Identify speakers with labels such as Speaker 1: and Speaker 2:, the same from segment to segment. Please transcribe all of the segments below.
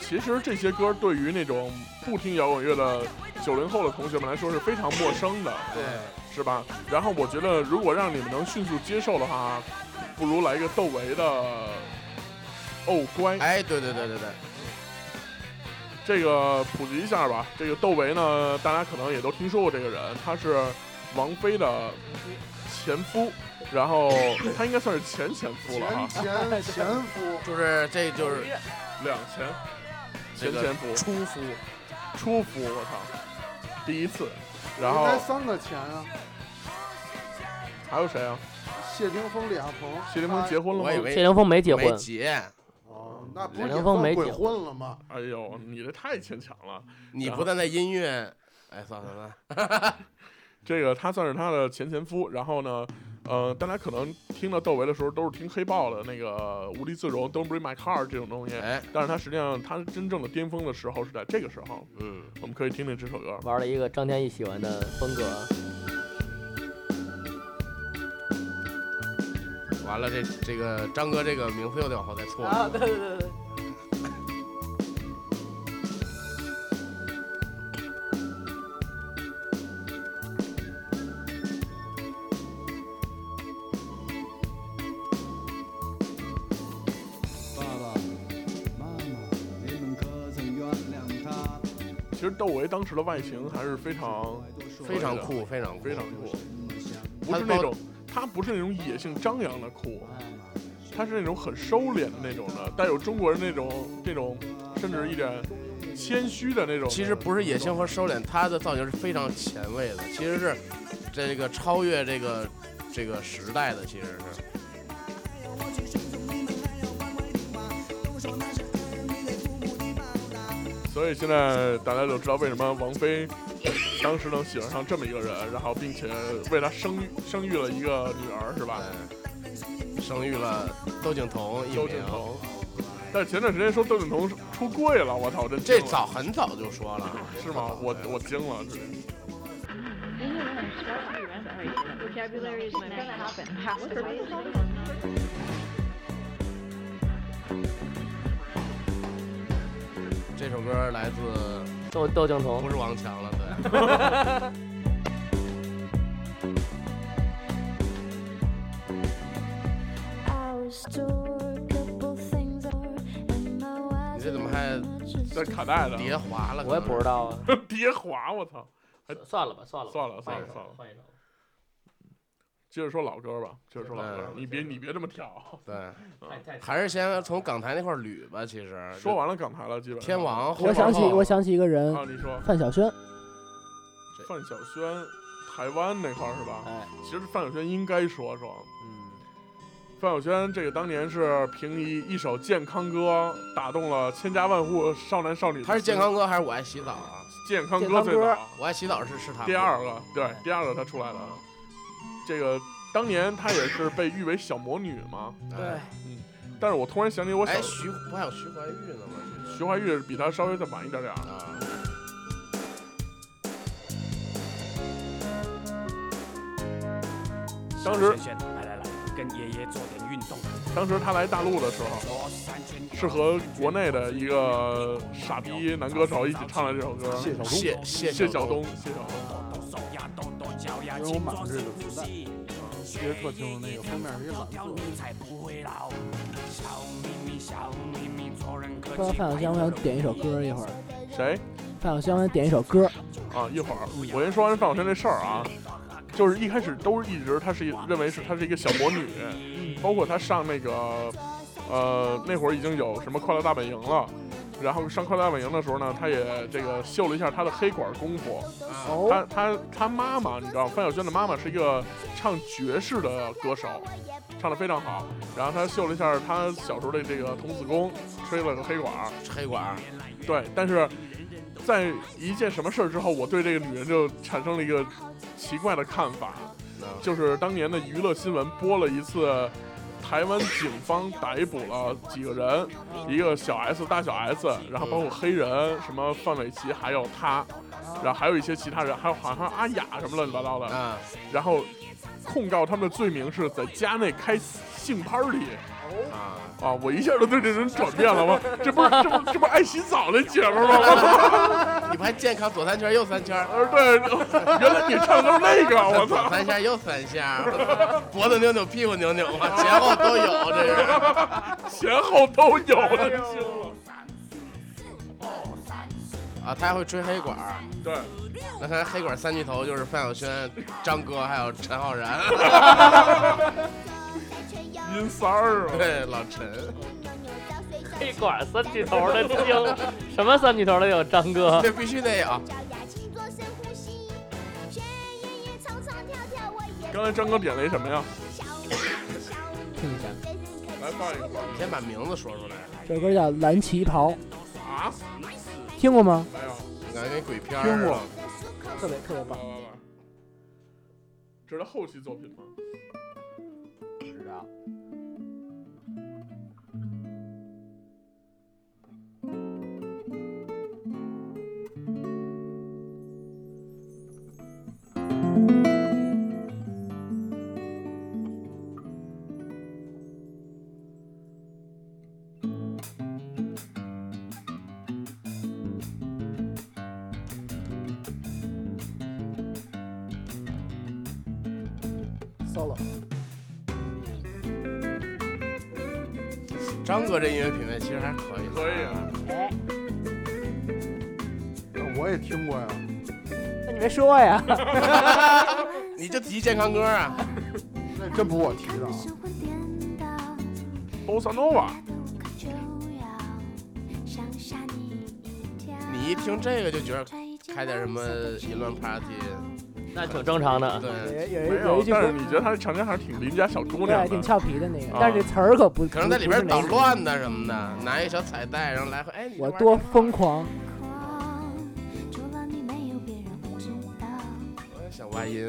Speaker 1: 其实这些歌对于那种不听摇滚乐的九零后的同学们来说是非常陌生的，
Speaker 2: 对，
Speaker 1: 是吧？然后我觉得，如果让你们能迅速接受的话，不如来一个窦唯的《哦乖》，
Speaker 2: 哎，对对对对对，
Speaker 1: 这个普及一下吧。这个窦唯呢，大家可能也都听说过这个人，他是王菲的前夫，然后他应该算是前前夫了哈
Speaker 3: 前，前前夫，
Speaker 2: 就是这就是
Speaker 1: 两前
Speaker 2: 这
Speaker 1: 前
Speaker 2: 个
Speaker 1: 前夫
Speaker 2: 初夫，
Speaker 1: 初夫，我操，第一次。然
Speaker 3: 应
Speaker 1: 后
Speaker 3: 该三个前啊，
Speaker 1: 还有谁啊？
Speaker 3: 谢霆锋、李亚鹏，
Speaker 1: 谢霆锋结婚了
Speaker 2: 我以
Speaker 1: 吗？
Speaker 2: 为
Speaker 4: 谢霆锋没结
Speaker 2: 没
Speaker 4: 婚，
Speaker 2: 结，
Speaker 3: 哦，那不
Speaker 4: 谢
Speaker 3: 是
Speaker 4: 霆
Speaker 3: 也
Speaker 4: 锋
Speaker 3: 算
Speaker 4: 没
Speaker 3: 鬼
Speaker 4: 结婚
Speaker 3: 混了吗？
Speaker 1: 哎呦，你这太牵强了。
Speaker 2: 你不在那音乐，哎，算了算了，
Speaker 1: 这个他算是他的前前夫，然后呢，呃，大家可能听到窦唯的时候都是听黑豹的那个《无地自容》《Don't Break My Heart》这种东西，
Speaker 2: 哎，
Speaker 1: 但是他实际上他真正的巅峰的时候是在这个时候，
Speaker 2: 嗯，
Speaker 1: 我们可以听听这首歌。
Speaker 4: 玩了一个张天翼喜欢的风格。
Speaker 2: 完了这这个张哥这个名字又得往后再错
Speaker 4: 啊，
Speaker 2: 了，
Speaker 4: 对对对对。
Speaker 5: 爸爸妈妈，你们可曾原谅他？
Speaker 1: 其实窦唯当时的外形还是非常
Speaker 2: 非常酷，非常酷，
Speaker 1: 非常酷，不
Speaker 2: 他
Speaker 1: 是
Speaker 2: 包
Speaker 1: 那种他不是那种野性张扬的酷，他是那种很收敛的那种的，带有中国人那种这种甚至一点谦虚的那种的。
Speaker 2: 其实不是野性和收敛，他的造型是非常前卫的，其实是这个超越这个这个时代的，其实是。
Speaker 1: 所以现在大家就知道为什么王菲当时能喜欢上这么一个人，然后并且为他生育生育了一个女儿，是吧？
Speaker 2: 嗯，哎生育了窦靖童一
Speaker 1: 窦
Speaker 2: 名
Speaker 1: 靖，童。但是前段时间说窦靖童出柜了，我操，我真惊
Speaker 2: 这
Speaker 1: 了
Speaker 2: 早很早就说了，
Speaker 1: 是吗？我我惊了，这
Speaker 6: Vocabulary is going to happen. Half the way.
Speaker 2: 这首歌来自
Speaker 4: 窦窦靖童
Speaker 2: 不，是王强了，对，
Speaker 7: 你这怎么还
Speaker 1: 这卡带的
Speaker 2: 碟滑了，
Speaker 4: 我也不知
Speaker 2: 道。
Speaker 4: 道啊。
Speaker 1: 叠滑，我操！
Speaker 4: 算了吧，算了吧，
Speaker 1: 算了
Speaker 4: 换
Speaker 1: 算
Speaker 2: 哎
Speaker 4: 一
Speaker 1: 了
Speaker 4: 首
Speaker 1: 算了
Speaker 4: 换一首。
Speaker 1: 接着说老歌吧，接着说老歌，
Speaker 2: 嗯
Speaker 1: 你别你别这么跳。
Speaker 2: 对，
Speaker 4: 太太
Speaker 2: 还是先从港台那块儿捋吧。其实
Speaker 1: 说完了港台了，基本上
Speaker 2: 哎天王，
Speaker 8: 我想起我想起一个人，
Speaker 1: 啊，你说
Speaker 8: 呃范晓萱，
Speaker 1: 范晓萱，台湾那块儿是吧？
Speaker 8: 哎，
Speaker 1: 其实范晓萱应该说说，
Speaker 8: 嗯，
Speaker 1: 范晓萱这个当年是凭一一首《健康歌》打动了千家万户少男少女的心。
Speaker 2: 他是健康哥还是我爱洗澡啊？
Speaker 1: 健康
Speaker 8: 健
Speaker 1: 歌
Speaker 8: 康
Speaker 1: 最
Speaker 8: 歌嗯
Speaker 1: 早，
Speaker 2: 我爱洗澡是是他
Speaker 1: 第二个对第二个他出来的。这个当年他也是被誉为小魔女嘛，
Speaker 8: 嗯
Speaker 2: 对。
Speaker 1: 但是我突然想起我小
Speaker 2: 哎，徐不还有徐怀钰呢吗？其实
Speaker 1: 徐怀钰比他稍微再晚一点点儿。
Speaker 2: 啊，
Speaker 8: 嗯
Speaker 1: 当时
Speaker 9: 轩轩，来来来，跟爷爷做点运动。
Speaker 1: 当时他来大陆的时候，
Speaker 9: 左三圈
Speaker 1: 是和国内的一个傻逼男歌手一起唱的这首歌。
Speaker 3: 谢小
Speaker 2: 谢
Speaker 3: 东，
Speaker 2: 谢
Speaker 1: 谢
Speaker 2: 晓
Speaker 1: 晓东，谢晓东。
Speaker 9: 抖手呀，抖抖脚呀，
Speaker 3: 因为我买过这个磁带，记得特清楚，那个封面是一蓝色的。
Speaker 9: 你才不会老。小秘密，小秘密，做人客
Speaker 8: 不知道
Speaker 9: 气。
Speaker 8: 范晓萱，我想点一首歌一会儿。
Speaker 1: 谁
Speaker 8: 范晓萱，我想点一首歌，
Speaker 1: 啊？哎一会儿我先说完范晓萱这事儿啊，就是一开始都是一直他是认为是她是一个小魔女，包括她上那个呃那会儿已经有什么快乐大本营了。然后上快乐大本营的时候呢，她也这个秀了一下她的黑管功夫。
Speaker 3: 哦
Speaker 1: 她她她妈妈，你知道范晓萱的妈妈是一个唱爵士的歌手，唱得非常好。然后她秀了一下她小时候的这个童子功，吹了个黑管。
Speaker 2: 黑管儿，
Speaker 1: 对，但是在一件什么事儿之后，我对这个女人就产生了一个奇怪的看法，
Speaker 2: 嗯
Speaker 1: 就是当年的娱乐新闻播了一次，台湾警方逮捕了几个人，一个小 S、大小 S，然后包括黑人，什么范玮琪，还有她，然后还有一些其他人，还有好像阿雅什么乱七八糟的，
Speaker 2: 啊，
Speaker 1: 然后控告他们的罪名是在家内开性 party。
Speaker 2: 啊，
Speaker 1: 啊！我一下就对这人转变了，我 这不是这不这不爱洗澡那姐们儿吗？我操！
Speaker 2: 啊你不还健康左三圈右三圈，
Speaker 1: 对，原来你唱的都是那个，我
Speaker 2: 左
Speaker 1: 操！
Speaker 2: 三下右三下，脖子扭扭屁股扭扭啊，前后都有，这是。
Speaker 1: 前后都有了。
Speaker 2: 啊，他还会吹黑管儿，
Speaker 1: 对，
Speaker 2: 那他黑管三巨头就是范晓萱、张哥还有陈浩然，
Speaker 1: 阴三儿啊，
Speaker 2: 对老陈，
Speaker 4: 黑管三巨头的听，什么三巨头的有张 哥？
Speaker 2: 这必须得啊有。
Speaker 1: 刚才张哥点了一什么呀？
Speaker 8: 听一下，
Speaker 1: 来放一个
Speaker 2: 先把名字说出来，啊
Speaker 8: 这首歌叫《蓝旗袍》，
Speaker 1: 啊？
Speaker 8: 听过吗？
Speaker 1: 没有，
Speaker 2: 感觉跟鬼片儿
Speaker 1: 听
Speaker 2: 似
Speaker 1: 过
Speaker 2: 的。
Speaker 8: 特别特别棒。
Speaker 1: 来来来，这是他后期作品吗？
Speaker 3: 是啊，
Speaker 8: solo，
Speaker 2: 张哥这音乐品味其实还可以，
Speaker 1: 可以啊，
Speaker 3: 那我也听过呀。
Speaker 8: 那你没说呀？
Speaker 2: 你就提健康歌啊，
Speaker 3: 那真不我提的啊，
Speaker 1: 波萨诺瓦。
Speaker 2: 你一听这个就觉得开点什么淫乱 party，
Speaker 4: 那挺正常的。
Speaker 2: 对，
Speaker 8: 有有
Speaker 1: 没
Speaker 8: 一有
Speaker 1: 有
Speaker 8: 一，句
Speaker 1: 但
Speaker 8: 歌
Speaker 1: 是，你觉得他强奸还是挺邻家小姑娘
Speaker 8: 对，挺
Speaker 1: 的，
Speaker 8: 俏皮的那个
Speaker 1: 啊，
Speaker 8: 但是这词儿可不，
Speaker 2: 可能在里
Speaker 8: 不是
Speaker 2: 边捣
Speaker 8: 那个。
Speaker 2: 乱的什么的，拿一小彩带，然后来回哎，你
Speaker 8: 我
Speaker 2: 这玩意儿
Speaker 8: 多疯狂，
Speaker 2: 小外音，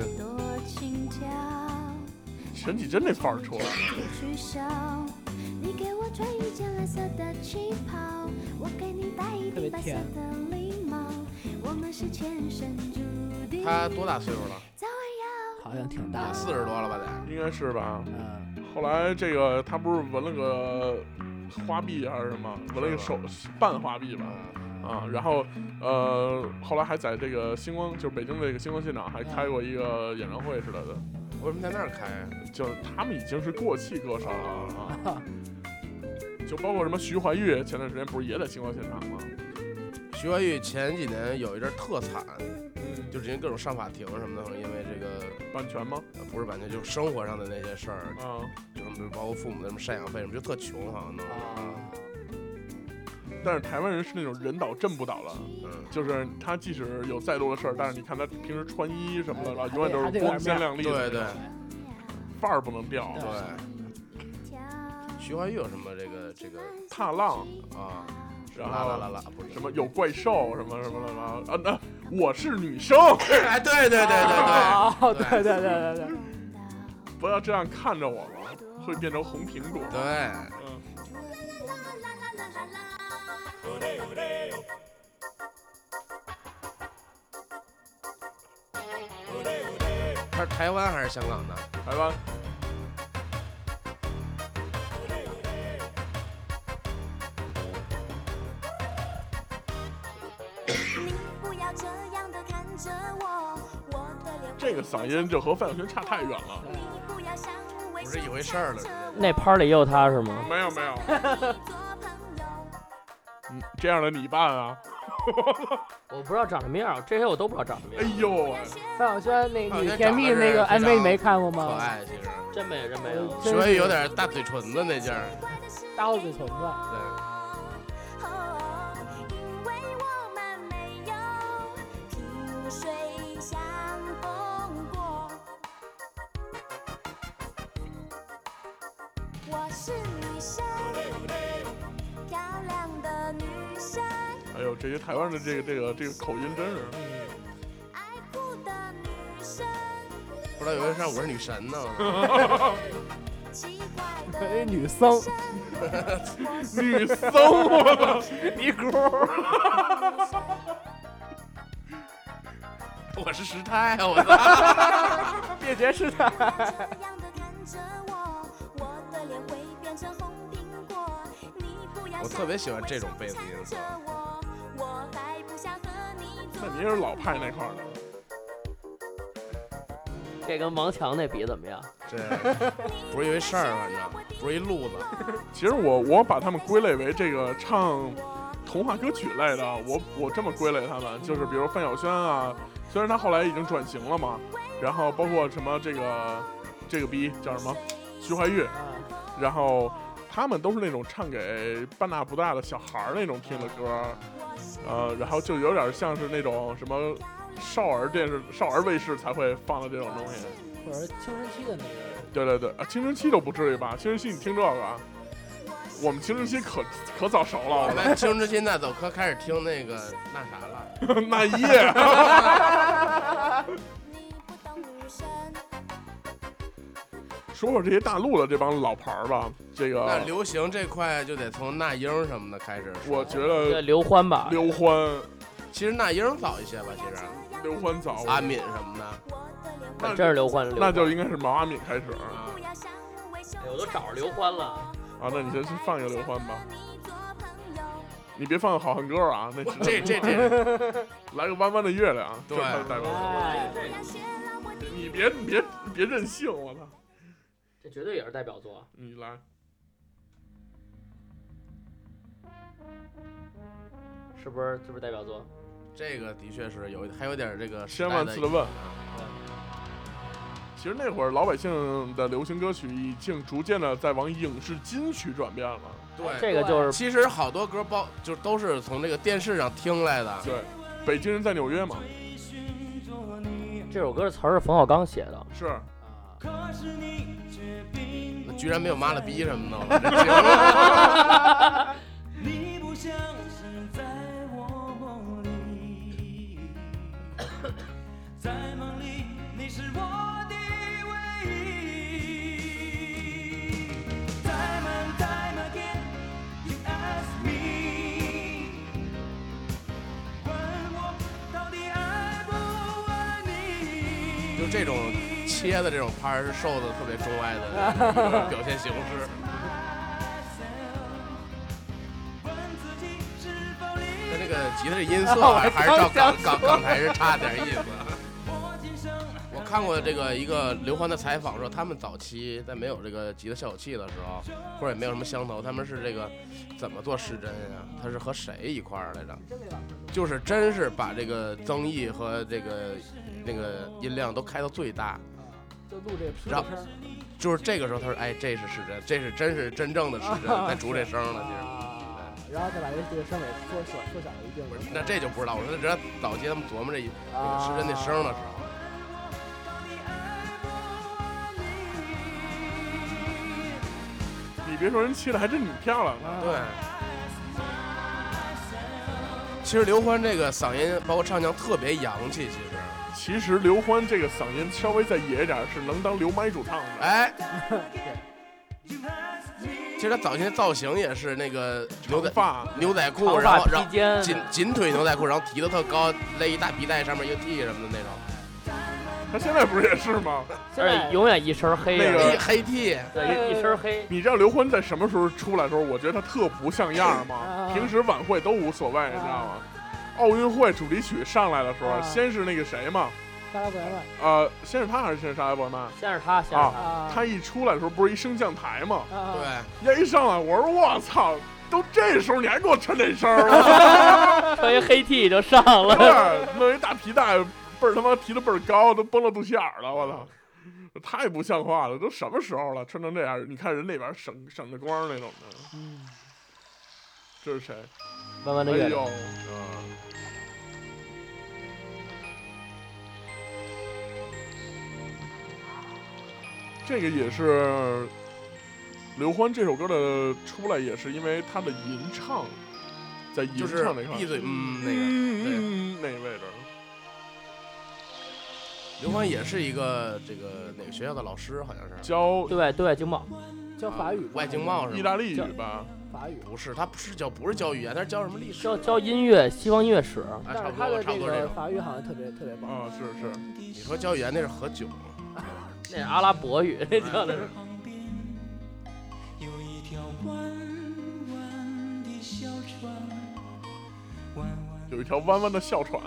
Speaker 1: 陈绮贞那范儿出来了。
Speaker 8: 特别甜。
Speaker 2: 他多大岁数了？
Speaker 8: 好像挺大的。
Speaker 2: 四十多了吧得。
Speaker 1: 应该是吧。
Speaker 8: 嗯，
Speaker 1: 后来这个他不是纹了个花臂还是什么，纹了一个手半花臂吧，啊，然后呃，后来还在这个星光，就是北京的这个星光现场还开过一个演唱会似的的，
Speaker 2: 为什么在那儿开啊？
Speaker 1: 就是他们已经是过气歌手了啊，就包括什么徐怀钰，前段时间不是也在星光现场吗？
Speaker 2: 徐怀钰前几年有一阵儿特惨，
Speaker 1: 嗯，
Speaker 2: 就是因为各种上法庭什么的，因为这个
Speaker 1: 版权吗？
Speaker 2: 呃不是版权，就是生活上的那些事儿，
Speaker 1: 啊，
Speaker 2: 就是比如包括父母的什么赡养费什么，就特穷，好像弄
Speaker 8: 嗯
Speaker 2: 的。
Speaker 1: 但是台湾人是那种人倒政不倒了。
Speaker 2: 嗯，
Speaker 1: 就是他即使有再多的事儿，但是你看他平时穿衣什么的，
Speaker 8: 哎
Speaker 1: 永远都
Speaker 8: 他
Speaker 1: 是
Speaker 8: 这个
Speaker 1: 光鲜亮丽的，
Speaker 2: 对对
Speaker 1: 范儿不能掉。
Speaker 2: 对。徐怀钰有什么这个这个
Speaker 1: 踏浪，
Speaker 2: 啊？
Speaker 1: 然
Speaker 2: 啦啦啦
Speaker 1: 后
Speaker 2: 啦，不是
Speaker 1: 什么有怪兽，什么什么什么啊？那我是女生，
Speaker 2: 哎，对对对对
Speaker 8: 哦，对对对对对对，
Speaker 1: 不要这样看着我们，会变成红苹果。
Speaker 2: 对对，
Speaker 1: 嗯，
Speaker 2: 他是台湾还是香港的？
Speaker 1: 台湾这个嗓音就和范晓萱差太远了。
Speaker 2: 不是一回事儿了。
Speaker 4: 那拍里也有他是吗？
Speaker 1: 啊没有没有，嗯，这样的你办啊？
Speaker 4: 我不知道长什么样，这些我都不知道长什么
Speaker 1: 哎
Speaker 4: 样。
Speaker 1: 呦喂，
Speaker 8: 范晓萱那
Speaker 2: 范晓
Speaker 8: 个
Speaker 2: 萱
Speaker 8: 甜蜜那个
Speaker 2: 长得是
Speaker 8: MV 你没看过
Speaker 2: 可
Speaker 8: 吗？
Speaker 2: 爱，其实
Speaker 4: 真没有，真没有。
Speaker 2: 徐怀钰有点大嘴唇子那劲儿，
Speaker 8: 大厚嘴唇子。
Speaker 2: 对，
Speaker 1: 哎呦，这些台湾的这个这个这个口音真是，
Speaker 2: 不知道有人上我是女神呢。
Speaker 8: 那女僧，
Speaker 1: 哎女 僧，我操！
Speaker 8: 尼姑，
Speaker 2: 我是师太啊！我 操！
Speaker 8: 灭绝师太。
Speaker 7: 这样的看着我，我的脸会变成红
Speaker 2: 我特别喜欢这种贝斯音色。
Speaker 1: 那你也是老派那块儿的，
Speaker 4: 这跟王强那比怎么样？
Speaker 2: 这不是一回事儿，啊反正不是一路子。
Speaker 1: 其实我我把他们归类为这个唱童话歌曲类的，我我这么归类他们，就是比如范晓萱啊，虽然她后来已经转型了嘛，然后包括什么这个这个逼叫什么徐怀钰，然后他们都是那种唱给半大不大的小孩儿那种听的歌，呃，然后就有点像是那种什么少儿电视、少儿卫视才会放的这种东西。
Speaker 8: 或者是青春期的那个
Speaker 1: 对对对，啊，青春期都不至于吧？青春期你听这个啊，我们青春期可可早熟
Speaker 2: 我
Speaker 1: 了，
Speaker 2: 们青春期那早科开始听那个那啥了，
Speaker 1: 我们那一夜 啊说说这些大陆的这帮老牌儿吧，这
Speaker 2: 那
Speaker 1: 个
Speaker 2: 流行这块就得从那英什么的开始。
Speaker 1: 我觉
Speaker 4: 这
Speaker 1: 得
Speaker 4: 刘欢吧，
Speaker 1: 刘欢、
Speaker 2: 其实那英早一些吧，其实
Speaker 1: 刘欢早，
Speaker 2: 阿敏什么的。
Speaker 1: 那
Speaker 4: 真是刘欢，
Speaker 1: 那就
Speaker 4: 刘
Speaker 1: 应该是毛阿敏开始啊。
Speaker 2: 啊
Speaker 4: 欢哎我都找着刘欢了，
Speaker 1: 那你先去放一个刘欢吧，你别放好汉歌啊，那只
Speaker 2: 这这 这，
Speaker 1: 来个弯弯的月亮，
Speaker 2: 对
Speaker 1: 这太带过了。
Speaker 4: 哎，
Speaker 1: 你别你别你别任性，我操！
Speaker 4: 这绝对也是代表作。
Speaker 1: 你来，
Speaker 4: 是不是？是不是代表作？
Speaker 2: 这个的确是有一，还有点这个时
Speaker 1: 千
Speaker 2: 代
Speaker 1: 万
Speaker 2: 的
Speaker 1: 次的问。其实那会儿老百姓的流行歌曲已经逐渐的在往影视金曲转变了。
Speaker 2: 对，
Speaker 4: 这个就是
Speaker 2: 其实好多歌包就都是从这个电视上听来的。
Speaker 1: 对，北京人在纽约嘛，
Speaker 4: 这首歌的词儿是冯小刚写的。
Speaker 1: 是
Speaker 2: 居然没有妈了逼什么的，我这惊了就这种切的这种拍儿是受的特别钟爱的这 种表现形式。但这个吉他的音 色还还是照港港港台是差点意思。我看过这个一个刘欢的采访说，他们早期在没有这个吉他效果器的时候，或者也没有什么相头，他们是这个怎么做失真呀、他是和谁一块儿来着？就是真是把这个增益和这个那个音量都开到最大，
Speaker 8: 啊就录这个屁
Speaker 2: 然后
Speaker 8: 声儿
Speaker 2: 就是这个时候他说，哎，这是失真，这是真是真正的失真，咱逐这声了，其实。
Speaker 8: 啊，然后再把这这个声给缩小缩小了一定
Speaker 2: 不是，那这就不知道，我说那只要早期他们琢磨这一那个
Speaker 8: 啊
Speaker 2: 失真那声的时候。
Speaker 1: 你别说人切的还真挺漂亮的。
Speaker 2: 对。其实刘欢这个嗓音，包括唱腔特别洋气。其
Speaker 1: 其
Speaker 2: 实，
Speaker 1: 实刘欢这个嗓音稍微再野一点，是能当刘麦主唱的。
Speaker 2: 哎， 其实他早先造型也是那个牛
Speaker 1: 长
Speaker 2: 仔
Speaker 1: 发，
Speaker 2: 牛仔
Speaker 4: 长
Speaker 2: 裤，
Speaker 4: 发
Speaker 2: 然后
Speaker 4: 披
Speaker 2: 然后
Speaker 4: 肩
Speaker 2: 紧紧腿牛仔裤，然后提的特高，勒一大皮带，上面一个 T 什么的那种，
Speaker 1: 他现在不是也是吗？
Speaker 8: 现
Speaker 4: 而且
Speaker 8: 在
Speaker 4: 永远一身黑
Speaker 1: 那
Speaker 4: 着，
Speaker 1: 个
Speaker 2: 一黑 T。
Speaker 4: 对，一一身黑。
Speaker 1: 你知道刘欢在什么时候出来的时候，我觉得他特不像样吗
Speaker 8: 啊？
Speaker 1: 平时晚会都无所谓，你知道吗？奥运会主题曲上来的时候，
Speaker 8: 啊
Speaker 1: 先是那个谁嘛，
Speaker 8: 大家过来吧
Speaker 1: 呃，先是他还是先是沙拉伯曼？
Speaker 4: 先是他，先是他，
Speaker 8: 啊，
Speaker 1: 他一出来的时候不是一升降台吗？
Speaker 8: 啊
Speaker 2: 对，
Speaker 1: 呀，一上来我说我操，都这时候你还给我抻这身儿，
Speaker 4: 穿一黑 T 就上
Speaker 1: 有
Speaker 4: 了。
Speaker 1: 点儿弄一大皮带，倍儿他妈提的倍儿高，都崩到肚脐眼儿了，我操！太不像话了，都什么时候了，穿成这样？你看人那边省省着光那种的，这是谁？
Speaker 4: 慢慢的
Speaker 1: 哎
Speaker 4: 越
Speaker 1: 呦，这个也是刘欢这首歌的出来，也是因为他的吟唱，在吟
Speaker 2: 就是
Speaker 1: 唱那块儿，
Speaker 2: 闭嘴，嗯，那个
Speaker 1: 嗯，那个位置，
Speaker 2: 刘欢也是一个这个哪个学校的老师，好像是
Speaker 1: 教
Speaker 4: 对对，经贸
Speaker 8: 教法语吧
Speaker 2: 嗯外经贸是啊吗
Speaker 1: 意大利语吧，
Speaker 8: 法语，
Speaker 2: 不是，他不是教不是教语言，他是教什么历史？
Speaker 4: 教教音乐，西方音乐史。
Speaker 2: 啊，
Speaker 8: 但
Speaker 2: 差
Speaker 8: 是
Speaker 2: 不
Speaker 8: 他的
Speaker 2: 多差
Speaker 8: 这
Speaker 2: 不多这
Speaker 8: 个
Speaker 2: 种。嗯
Speaker 8: 法语好像特别特别棒。
Speaker 1: 啊，是是，
Speaker 2: 你说教语言那是何炅。
Speaker 4: 那是阿拉伯语，那叫的是。
Speaker 9: 有一条弯弯的
Speaker 1: 有一条弯弯的哮喘，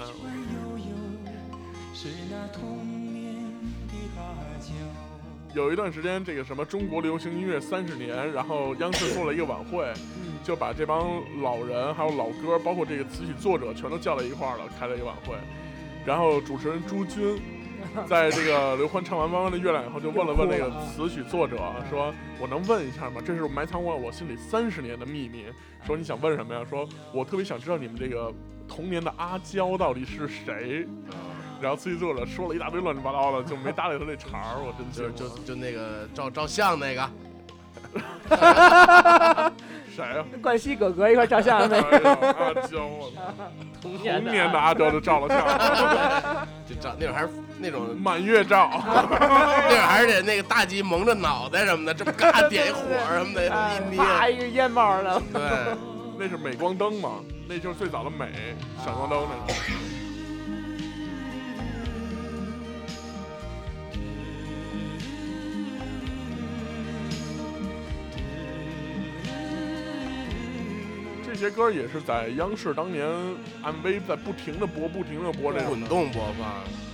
Speaker 1: 有一段时间，这个什么中国流行音乐三十年，然后央视做了一个晚会，就把这帮老人还有老歌，包括这个词曲作者，全都叫到一块儿了，开了一个晚会。然后主持人朱军， 在这个刘欢唱完《弯弯的月亮》以后，就问了问那个词曲作者，说：“我能问一下吗？这是埋藏我我心里三十年的秘密。”说你想问什么呀？说我特别想知道你们这个童年的阿娇到底是谁。然后词曲作者说了一大堆乱七八糟的，就没搭理他这茬儿，我真
Speaker 2: 就
Speaker 1: 就是
Speaker 2: 就就那个照照相那个，
Speaker 1: 谁啊？
Speaker 8: 冠希哥哥一块照相
Speaker 1: 哎
Speaker 8: 呗。
Speaker 1: 呦阿娇，我操
Speaker 4: 童
Speaker 1: 童
Speaker 4: 年的
Speaker 1: 年的阿娇都照了相，
Speaker 2: 就照那会儿还是那种
Speaker 1: 满月照。
Speaker 2: 那会儿还是得那个大鸡蒙着脑袋什么的，这么嘎点一火什么的，
Speaker 8: 哎
Speaker 2: 一
Speaker 8: 啪
Speaker 2: 捏，
Speaker 8: 一个烟帽了，
Speaker 2: 对。
Speaker 1: 那是镁光灯嘛，那就是最早的镁闪光灯那种。这些歌也是在央视当年 MV 在不停的播，不停的播这种
Speaker 2: 滚
Speaker 1: 的。
Speaker 2: 动播放，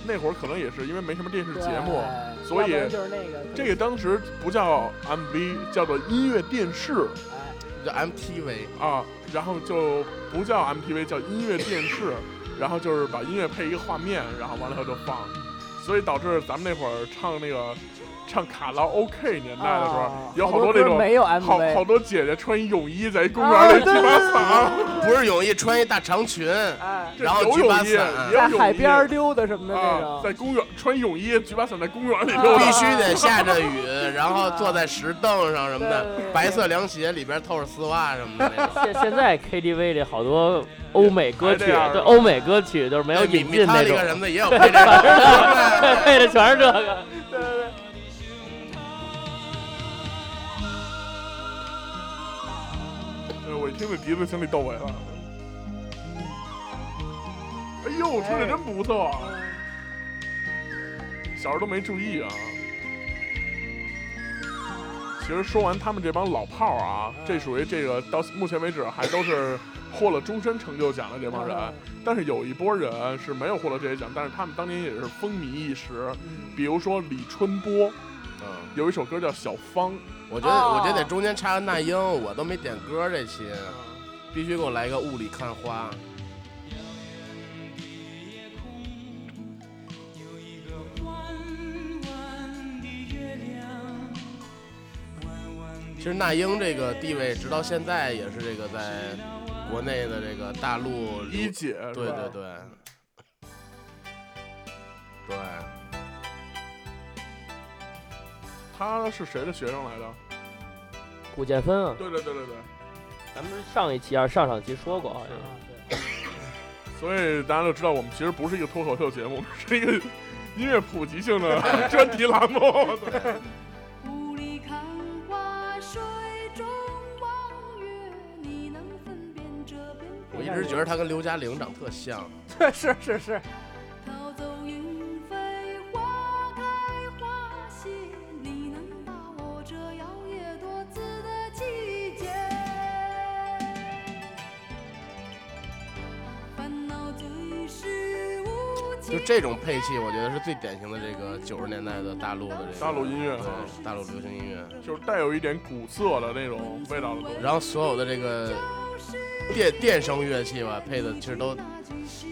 Speaker 1: 那会儿可能也是因为没什么电视节目，
Speaker 8: 对
Speaker 1: 所以
Speaker 8: 要不然就是那个
Speaker 1: 这个当时不叫 MV，叫做音乐电视。
Speaker 8: 哎
Speaker 2: 这 MTV
Speaker 1: 啊，然后就不叫 MTV，叫音乐电 视，然后就是把音乐配一个画面，然后完了以后就放，所以导致咱们那会儿唱那个唱卡拉 OK 年代的时候，
Speaker 8: 啊
Speaker 1: 有
Speaker 8: 好
Speaker 1: 好多那
Speaker 8: 歌
Speaker 1: 种
Speaker 8: 没有
Speaker 1: 好好
Speaker 8: MV，
Speaker 1: 多姐姐穿一泳衣在一公
Speaker 8: 啊
Speaker 1: 园里
Speaker 8: 对
Speaker 1: 鸡
Speaker 8: 对
Speaker 1: 巴
Speaker 8: 对
Speaker 1: 嗓，
Speaker 2: 不是泳衣，穿一大长裙，
Speaker 8: 哎，
Speaker 1: 这
Speaker 2: 然后
Speaker 1: 有
Speaker 2: 举把
Speaker 1: 泳衣，也
Speaker 2: 伞
Speaker 1: 有
Speaker 8: 在
Speaker 1: 泳
Speaker 8: 海
Speaker 1: 衣
Speaker 8: 边儿溜达什么的那
Speaker 1: 啊，
Speaker 8: 种，
Speaker 1: 在公园穿泳衣举把伞在公园里
Speaker 8: 啊
Speaker 1: 溜
Speaker 2: 必
Speaker 1: 达，
Speaker 2: 须得下着雨，然后坐在石凳上什么
Speaker 8: 对对
Speaker 2: 的，
Speaker 8: 对
Speaker 2: 白色凉鞋里边透着丝袜什么的那种。
Speaker 4: 现现在 KTV 里好多欧美歌曲，
Speaker 1: 还这样
Speaker 4: 对欧美歌曲都是没有引进那
Speaker 2: 那
Speaker 4: 种
Speaker 2: 个，什么的也有配这 个。
Speaker 4: 对配的全是这个。
Speaker 8: 对对对。
Speaker 1: 哎我一听这笛子心里窦唯了。哎呦，吹的真不错啊！小时候都没注意啊。其实说完他们这帮老炮儿啊，
Speaker 8: 嗯
Speaker 1: 这属于这个到目前为止还都是获了终身成就奖的这帮人，
Speaker 8: 嗯
Speaker 1: 但是有一波人是没有获得这些奖，但是他们当年也是风靡一时。
Speaker 8: 嗯
Speaker 1: 比如说李春波
Speaker 2: 嗯
Speaker 1: 有一首歌叫《小芳》，
Speaker 2: 我觉得，
Speaker 1: 哦
Speaker 2: 我觉得得中间插个那英，我都没点歌这期，
Speaker 1: 嗯
Speaker 2: 必须给我来个雾里看花。其实那英这个地位，直到现在也是这个在国内的这个大陆流
Speaker 1: 一姐是
Speaker 2: 对
Speaker 1: 吧
Speaker 2: 对对，对，
Speaker 1: 她是谁的学生来着？
Speaker 4: 古建芬啊，
Speaker 1: 对对对对对。
Speaker 4: 咱们上一期还是上上期说过，好像
Speaker 8: 啊对
Speaker 1: 所以大家就知道，我们其实不是一个脱口秀节目，我们是一个音乐普及性的专题栏目。
Speaker 7: 雾里看花，水中望月，你能分辨这边
Speaker 2: 我一直觉得她跟刘嘉玲长特像。
Speaker 8: 对，是是是，
Speaker 7: 逃走云飞，花开花谢，你能把握这摇曳多姿的季节。烦恼最是无
Speaker 2: 就
Speaker 7: 情。
Speaker 2: 这种配器，我觉得是最典型的这个九十年代的大陆的这个
Speaker 1: 大陆音乐
Speaker 2: 对大陆流行音乐。
Speaker 1: 就是带有一点古色的那种味道的东西。
Speaker 2: 然后所有的这个电电声乐器吧，配的其实都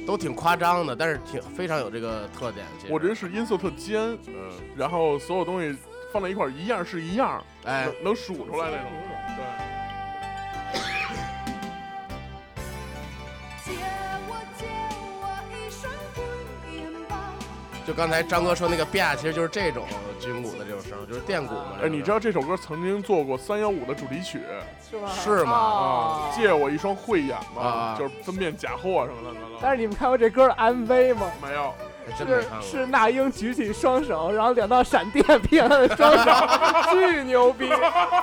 Speaker 2: 都挺夸张的，但是挺非常有这个特点。其实
Speaker 1: 我觉得是音色特尖，呃
Speaker 2: 嗯，
Speaker 1: 然后所有东西放在一块儿一样是一样，
Speaker 2: 哎，
Speaker 1: 能能数出来那种。对，
Speaker 7: 借我借我一双棍眼吧。
Speaker 2: 就刚才张哥说那个吧，其实就是这种军鼓的这种声，就是电鼓嘛。
Speaker 1: 哎，你知道这首歌曾经做过三幺五的主题曲
Speaker 8: 是吗？
Speaker 2: 是
Speaker 8: 哦
Speaker 2: 吗？
Speaker 1: 啊，借我一双慧眼嘛，
Speaker 2: 啊
Speaker 1: 就是分辨假货什么的。
Speaker 8: 但是你们看过这歌的 MV 吗？
Speaker 1: 没有，
Speaker 2: 真没
Speaker 8: 是
Speaker 2: 看过。
Speaker 8: 是那英举起双手，然后两道闪电劈他的双手，巨牛逼！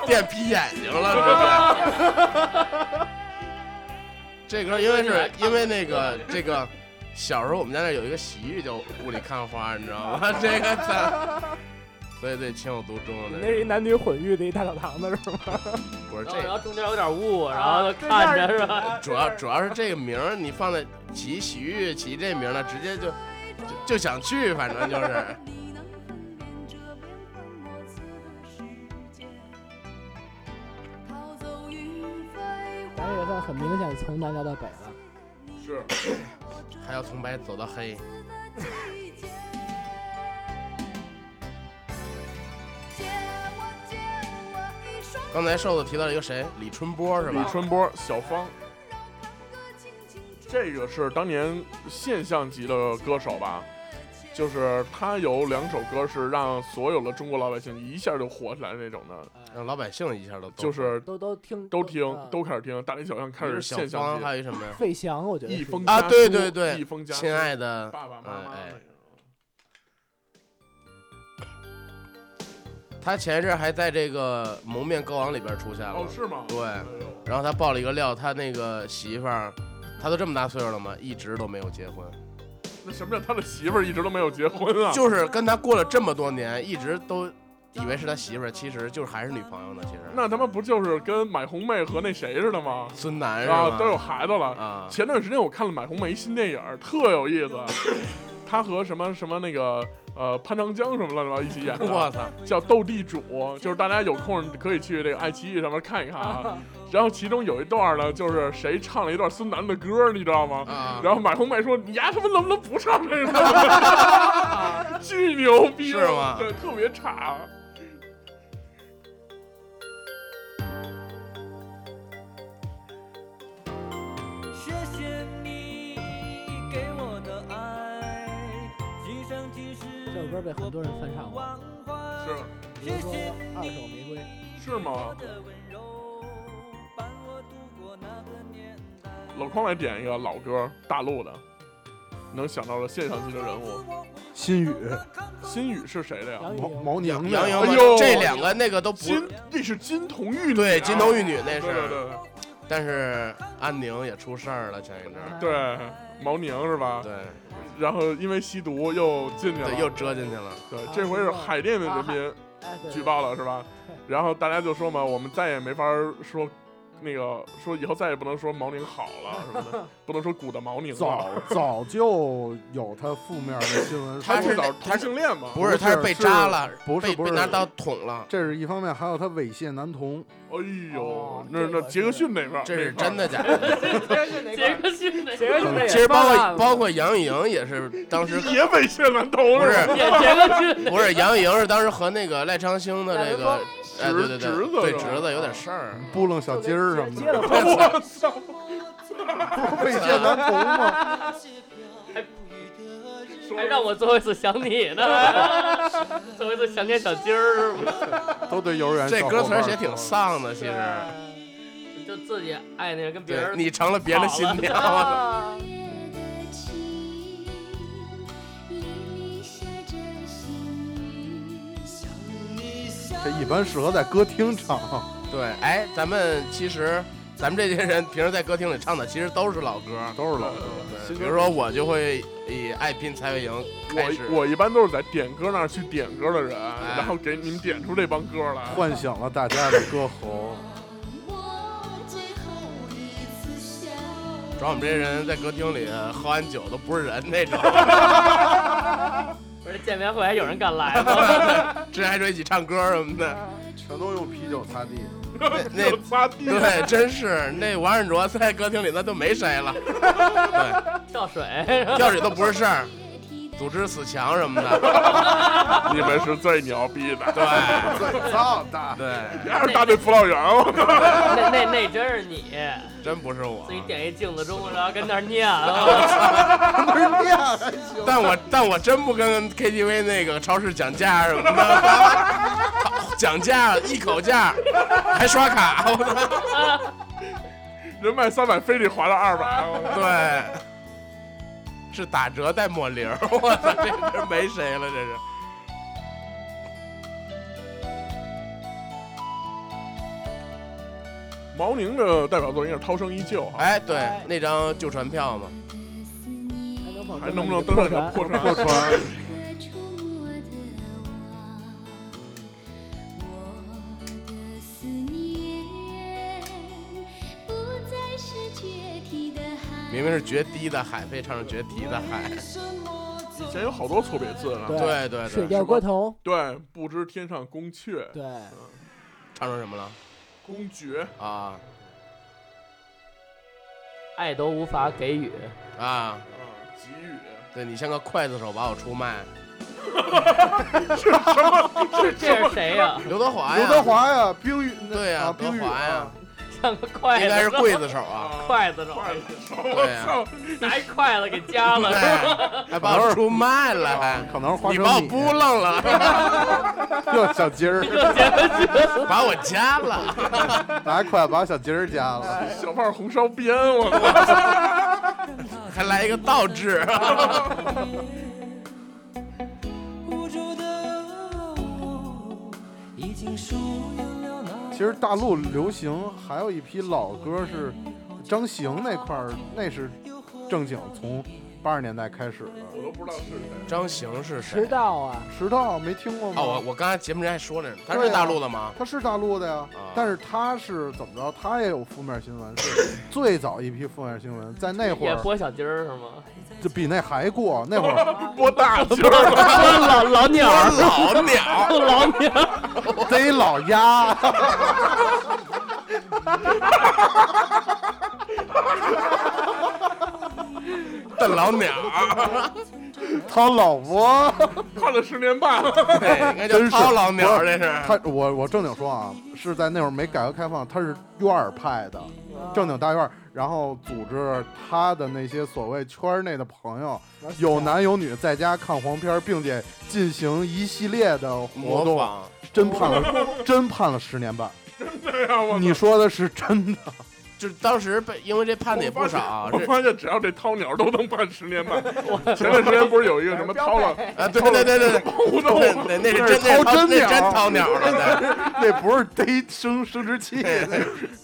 Speaker 2: 电劈眼睛了，这是。这歌因为是因为那个这个，小时候我们家那有一个洗浴叫雾里看花，你知道吗？这个咱所以得情有独钟。
Speaker 8: 那
Speaker 2: 这
Speaker 8: 是一男女混浴的一大澡堂子是吗？
Speaker 2: 不是
Speaker 4: 然
Speaker 2: 这啊
Speaker 4: 后然
Speaker 2: 个
Speaker 4: 后中间有点雾，然后看着是吧？
Speaker 2: 主要主要是这个名儿，你放在起洗浴起这名儿呢，直接就就就想去，反正就是。
Speaker 7: 你能分辨这变幻莫测的世界，逃走云飞
Speaker 8: 咱这也算很明显从南聊到北了。
Speaker 1: 是
Speaker 2: 还要从白走到
Speaker 1: 哎
Speaker 2: 黑。
Speaker 7: 季节。借我借我一双
Speaker 2: 刚才瘦子提到了一个谁，李春波是
Speaker 1: 李
Speaker 2: 吧？
Speaker 1: 春波、小芳，
Speaker 7: 轻轻
Speaker 1: 这个是当年现象级的歌手吧？就是他有两首歌是让所有的中国老百姓一下就火起来那种的，
Speaker 2: 让老百姓一下都懂
Speaker 1: 就是
Speaker 8: 都都听
Speaker 1: 都听
Speaker 8: 啊
Speaker 1: 都开始听，大街小巷开始
Speaker 2: 一个是
Speaker 1: 现
Speaker 2: 小
Speaker 1: 象
Speaker 2: 芳，
Speaker 1: 级
Speaker 2: 还有一什么呀？
Speaker 8: 费翔，我觉得
Speaker 1: 一
Speaker 8: 是
Speaker 1: 封
Speaker 2: 啊
Speaker 1: 家
Speaker 2: 对
Speaker 1: 书
Speaker 2: 对对
Speaker 1: 一封家书，
Speaker 2: 亲爱的
Speaker 1: 爸爸妈妈
Speaker 2: 哎哎
Speaker 1: 那种，
Speaker 2: 他前一阵儿还在这个《蒙面歌王》里边出现了
Speaker 1: 哦，是吗？
Speaker 2: 对
Speaker 1: 哎呦
Speaker 2: 然后他爆了一个料，他那个媳妇儿，他都这么大岁数了嘛，一直都没有结婚，
Speaker 1: 那什么叫他的媳妇儿一直都没有结婚啊？
Speaker 2: 就是跟他过了这么多年，一直都以为是他媳妇儿，其实就是还是女朋友呢。其实
Speaker 1: 那他妈不就是跟买红妹和那谁似的吗？
Speaker 2: 孙哎楠是
Speaker 1: 啊，
Speaker 2: 吧？
Speaker 1: 都有孩子了。
Speaker 2: 啊，
Speaker 1: 前段时间我看了买红梅新电影儿，特有意思。他和什么什么那个呃潘长江什么乱七八糟一起演的，
Speaker 2: 我操，
Speaker 1: 叫《斗地主》，就是大家有空可以去这个爱奇艺上面看一看啊。 然后其中有一段呢，就是谁唱了一段孙楠的歌，你知道吗？
Speaker 2: 啊
Speaker 1: 然后买红梅说：“你丫他妈能不能不唱这个？ 巨牛逼，
Speaker 2: 是吗
Speaker 1: 对，特别差。啊
Speaker 9: 谢谢你 给我的爱，今生今世
Speaker 8: 这首歌被很多人翻唱过，
Speaker 9: 忘怀。
Speaker 1: 是
Speaker 8: 比如说二手玫瑰。
Speaker 1: 是吗？
Speaker 9: 的温柔伴我度过那个年代。
Speaker 1: 老匡来点一个老歌，大陆的，能想到的现象级的人物。
Speaker 3: 心雨、
Speaker 1: 心宇是谁的呀？
Speaker 8: 杨钰
Speaker 3: 毛
Speaker 8: 莹
Speaker 3: 毛宁
Speaker 2: 杨
Speaker 3: 啊呀，
Speaker 2: 洋嘛
Speaker 1: 哎呦
Speaker 2: 这两个那个都不
Speaker 1: 金，那是金童玉女啊，
Speaker 2: 对金童玉女那是
Speaker 1: 对对对
Speaker 2: 但是安宁也出事儿了，前一阵儿，
Speaker 1: 对对，毛宁是吧？
Speaker 2: 对
Speaker 1: 然后因为吸毒又进去了，
Speaker 2: 对，又折进去了。
Speaker 1: 对，这回是海淀的人民
Speaker 8: 哎，对
Speaker 1: 举报了是吧？然后大家就说嘛，我们再也没法说那个说以后再也不能说毛宁好了什么的，不能说古的毛宁
Speaker 3: 早
Speaker 1: 了。
Speaker 3: 早就有他负面的新闻，
Speaker 2: 他
Speaker 1: 最
Speaker 2: 是
Speaker 1: 早
Speaker 2: 他
Speaker 1: 同性恋嘛？
Speaker 2: 不是，
Speaker 3: 不
Speaker 2: 他是
Speaker 3: 是
Speaker 2: 被
Speaker 3: 是
Speaker 2: 扎了，
Speaker 3: 不是
Speaker 2: 被
Speaker 3: 不
Speaker 2: 被
Speaker 3: 是
Speaker 2: 拿刀捅了，
Speaker 3: 这是一方面，还有他猥亵男童，
Speaker 1: 哎呦
Speaker 8: 哦，
Speaker 1: 那
Speaker 8: 这
Speaker 1: 那
Speaker 8: 个
Speaker 1: 杰克
Speaker 8: 是
Speaker 1: 逊那边儿，
Speaker 2: 这是
Speaker 1: 那块儿
Speaker 2: 真的假的？
Speaker 4: 杰克逊的，
Speaker 8: 杰克逊的也
Speaker 2: 其实包
Speaker 8: 翻案
Speaker 2: 括
Speaker 8: 了
Speaker 2: 包括杨钰莹也是当时
Speaker 1: 也猥亵男童
Speaker 2: 不是
Speaker 1: 吧
Speaker 4: 也杰 克逊
Speaker 2: 不是杨钰莹是当时和那个赖昌星的这个哎对对对
Speaker 1: 侄子
Speaker 2: 对
Speaker 1: 是吧嗯
Speaker 2: 侄子有点事儿，
Speaker 3: 扑棱小鸡儿什么
Speaker 8: 接了
Speaker 3: 的，
Speaker 8: 婚了
Speaker 1: 我 操！
Speaker 3: 不 是猥亵男童吗？
Speaker 4: 还哎让我最后一次想你呢， 最后一次想念小鸡儿是吗？
Speaker 3: 都对幼儿园
Speaker 2: 这
Speaker 3: 小
Speaker 2: 歌
Speaker 3: 伙
Speaker 2: 词
Speaker 3: 伴
Speaker 2: 儿
Speaker 3: 儿
Speaker 2: 写挺丧的，其实
Speaker 4: 就自己爱那人跟别
Speaker 2: 对
Speaker 4: 人
Speaker 2: 你成了别人的新娘了。
Speaker 4: 啊，
Speaker 7: 月的情，夜里下着细雨。
Speaker 3: 这一般适合在歌厅唱，
Speaker 2: 对，哎，咱们其实咱们这些人平时在歌厅里唱的其实都是老歌，
Speaker 3: 都是老歌。
Speaker 2: 对，比如说我就会以《爱拼才会赢》开始，
Speaker 1: 我我一般都是在点歌那儿去点歌的人，
Speaker 2: 哎
Speaker 1: 然后给你们点出这帮歌来。
Speaker 3: 唤醒了大家的歌喉，
Speaker 7: 我最后一次笑，
Speaker 2: 主要我们这些人在歌厅里喝完酒都不是人 那种。
Speaker 4: 不是见面会还有人敢来吗？
Speaker 2: 之前还说一起唱歌什么的，
Speaker 3: 全都用啤酒擦地。
Speaker 2: 那
Speaker 1: 就擦 地，
Speaker 2: 对，真是那王振卓在歌厅里那都没谁了，对，
Speaker 4: 跳水，
Speaker 2: 跳水都不是事儿，
Speaker 7: 别提
Speaker 2: 组织死墙什么的，
Speaker 1: 你们是最牛逼的。
Speaker 2: 对
Speaker 3: 最操 蛋！
Speaker 2: 对，
Speaker 1: 还是大队辅导员，我靠！
Speaker 4: 那那那真是你
Speaker 2: 真不是我
Speaker 4: 自，己点一镜子钟，然后跟那儿念啊。
Speaker 3: 不是这样还行。
Speaker 2: 但我但我真不跟 KTV 那个超市讲价什么的， 讲价一口价，还刷卡，我操，
Speaker 1: 人卖三百，非得划到二百，我操！
Speaker 2: 对。是打折带抹零儿，我操，这这没谁了，这是。
Speaker 1: 毛宁的代表作应该是《涛声依旧》啊，
Speaker 2: 哎，对，那张旧传票嘛，
Speaker 1: 还能不能登上这个破船？
Speaker 3: 破船
Speaker 7: 和出没的我，
Speaker 2: 明明是决堤的海，非唱成决堤的海。
Speaker 1: 以前有好多错别字呢。
Speaker 8: 对
Speaker 2: 对对
Speaker 8: 呃水
Speaker 2: 对，
Speaker 8: 调歌头，
Speaker 1: 对，不知天上宫阙，
Speaker 8: 对，
Speaker 2: 唱成什么了
Speaker 1: 宫爵，
Speaker 2: 啊
Speaker 4: 爱都无法给予，
Speaker 2: 啊？
Speaker 1: 啊，给予，
Speaker 2: 对你像个刽子手把我出卖，
Speaker 4: 这是 谁呀？
Speaker 2: 刘德华呀，
Speaker 3: 刘德华呀，冰雨
Speaker 2: 对呀、
Speaker 3: 啊，
Speaker 2: 德
Speaker 3: 冰雨啊
Speaker 2: 华呀，
Speaker 4: 像个筷子，
Speaker 2: 应该是刽子手
Speaker 1: 啊，
Speaker 2: 啊，
Speaker 4: 筷子手，
Speaker 1: 筷子手，
Speaker 2: 对呀
Speaker 1: 我操，
Speaker 4: 拿一筷子给夹了，
Speaker 2: 对，还把我出卖了，还
Speaker 3: 哎可能是花
Speaker 2: 你
Speaker 3: 生
Speaker 2: 把我
Speaker 3: 米
Speaker 2: 扑棱了，
Speaker 3: 又小鸡儿，
Speaker 2: 把我夹了，
Speaker 3: 拿筷子把小鸡儿夹了。
Speaker 1: 小胖红烧边，我操，
Speaker 2: 还来一个倒置，
Speaker 9: 无助的我，已经疏远了那。
Speaker 3: 其实大陆流行还有一批老歌是张行那块儿，那是正经从八十年代开始的。
Speaker 1: 我都不知道是谁，
Speaker 2: 张行是
Speaker 8: 迟
Speaker 2: 谁？
Speaker 8: 到啊，
Speaker 3: 迟到没听过吗？
Speaker 2: 哦，我我刚才节目之前还说着呢，他
Speaker 3: 对
Speaker 2: 是
Speaker 3: 呀
Speaker 2: 大陆的吗？
Speaker 3: 他是大陆的呀，
Speaker 2: 啊
Speaker 3: 但是他是怎么着？他也有负面新闻，是最早一批负面新闻，在那会
Speaker 4: 也
Speaker 3: 儿
Speaker 4: 播小鸡儿是吗？
Speaker 3: 就比那还过。那 会儿
Speaker 1: 播大劲儿啊了，
Speaker 4: 老老鸟
Speaker 2: 我老鸟，
Speaker 4: 老鸟，
Speaker 3: 逮老鸭，
Speaker 2: 的老鸟，
Speaker 3: 他老 婆，
Speaker 1: 看了十年半，
Speaker 2: 对， 应该叫
Speaker 3: 哎真是
Speaker 2: 涛老鸟，
Speaker 3: 不
Speaker 2: 这
Speaker 3: 是
Speaker 2: 是
Speaker 3: 他我我正经说啊，是在那会儿没改革开放，他是院儿派的，正经大院儿，然后组织他的那些所谓圈儿内的朋友，有男有女，在家看黄片儿，并且进行一系列的活
Speaker 2: 模
Speaker 3: 动，
Speaker 2: 仿，
Speaker 3: 真 判了，真判了十年半。
Speaker 1: 对呀，我操
Speaker 3: 你说的是真的。
Speaker 2: 就是当时被因为这判的也不少，啊
Speaker 1: 我
Speaker 2: 这
Speaker 1: 发现只要这掏鸟都能办十年半。前段时间不是有一个什么掏了
Speaker 2: 啊，对对对对对。
Speaker 1: 掏
Speaker 2: 那
Speaker 1: 的
Speaker 2: 那那
Speaker 3: 那
Speaker 2: 是真那
Speaker 3: 是
Speaker 2: 是
Speaker 3: 掏
Speaker 2: 掏
Speaker 3: 真
Speaker 2: 那是真
Speaker 3: 鸟
Speaker 2: 掏鸟了，对
Speaker 3: 那不是逮生生殖器，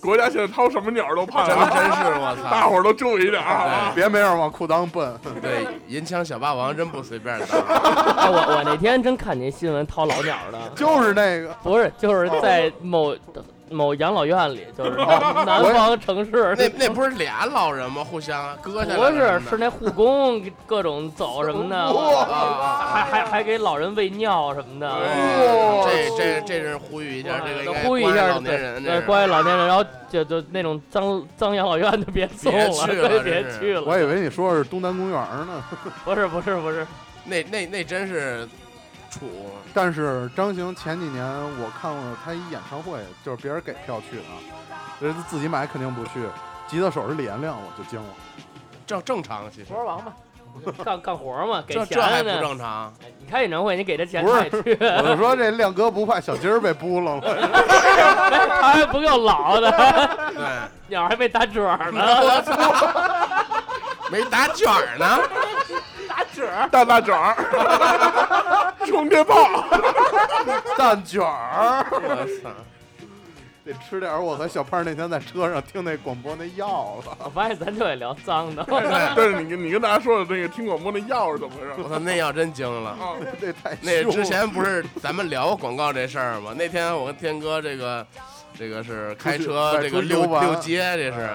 Speaker 1: 国家现在掏什么鸟都怕
Speaker 2: 真
Speaker 1: 了，
Speaker 2: 真是哎我
Speaker 1: 大
Speaker 2: 操！
Speaker 1: 伙儿都注意点啊！好吧
Speaker 3: 别没事往裤裆奔。
Speaker 2: 对，银枪小霸王真不随便当，
Speaker 4: 哎我我那天真看见新闻掏老鸟的，
Speaker 3: 就是那个，
Speaker 4: 不是就是在某某养老院里，就是 哦南方城市，
Speaker 2: 那那不是俩老人吗？互相割下来
Speaker 4: 不
Speaker 2: 了
Speaker 4: 是
Speaker 2: 什么
Speaker 4: 是
Speaker 2: 的
Speaker 4: 那护工各种走什么的，
Speaker 2: 啊啊
Speaker 4: 还
Speaker 2: 啊！
Speaker 4: 还还给老人喂尿什么的。
Speaker 2: 哇这这这是呼吁一下，这个应该
Speaker 4: 呼吁一
Speaker 2: 关
Speaker 4: 下
Speaker 2: 爱老年人，
Speaker 4: 对，
Speaker 2: 这
Speaker 4: 对
Speaker 2: 是
Speaker 4: 关于老年人，然后就就那种脏脏养老院就别送
Speaker 2: 别
Speaker 4: 了，
Speaker 2: 去了
Speaker 4: 对
Speaker 2: 真
Speaker 4: 别
Speaker 2: 是
Speaker 4: 去了。
Speaker 3: 我以为你说是东南公园呢。
Speaker 4: 不是不是不 是，
Speaker 2: 那那那真是处
Speaker 3: 但是张行前几年我看过他一演唱会，就是别人给票去的，人家自己买肯定不去。吉他手是李延亮，我就惊了。
Speaker 2: 正正常，其实
Speaker 8: 活儿王吧，
Speaker 4: 干干活嘛，给
Speaker 2: 这这还
Speaker 4: 钱
Speaker 2: 不
Speaker 4: 呢。
Speaker 2: 正常。
Speaker 4: 你开演唱会，你给他钱
Speaker 3: 不是
Speaker 4: 他也去，
Speaker 3: 我就说这亮哥不怕小鸡儿被扑棱了，
Speaker 4: 他 还不够老的，
Speaker 2: 对，
Speaker 4: 鸟还没打卷儿呢。
Speaker 2: 我操，没打卷儿呢，
Speaker 1: 啊大大卷儿，充电炮，
Speaker 3: 蛋卷儿
Speaker 2: 我操！
Speaker 3: 得吃点儿。我和小胖那天在车上听那广播那药了，
Speaker 4: 我发现咱就得聊脏的，
Speaker 1: 但是你跟你跟大家说的那个听广播那药是怎么回事
Speaker 2: 我？操，那要真惊了。
Speaker 1: 啊，
Speaker 3: 这太
Speaker 2: 那
Speaker 3: 凶
Speaker 2: 之
Speaker 3: 了
Speaker 2: 前不是咱们聊过广告这事儿吗？ 那天我跟天哥这个，这个是开车
Speaker 3: 出去
Speaker 2: 这个
Speaker 3: 出啊去
Speaker 2: 溜
Speaker 3: 游玩
Speaker 2: 溜街这是，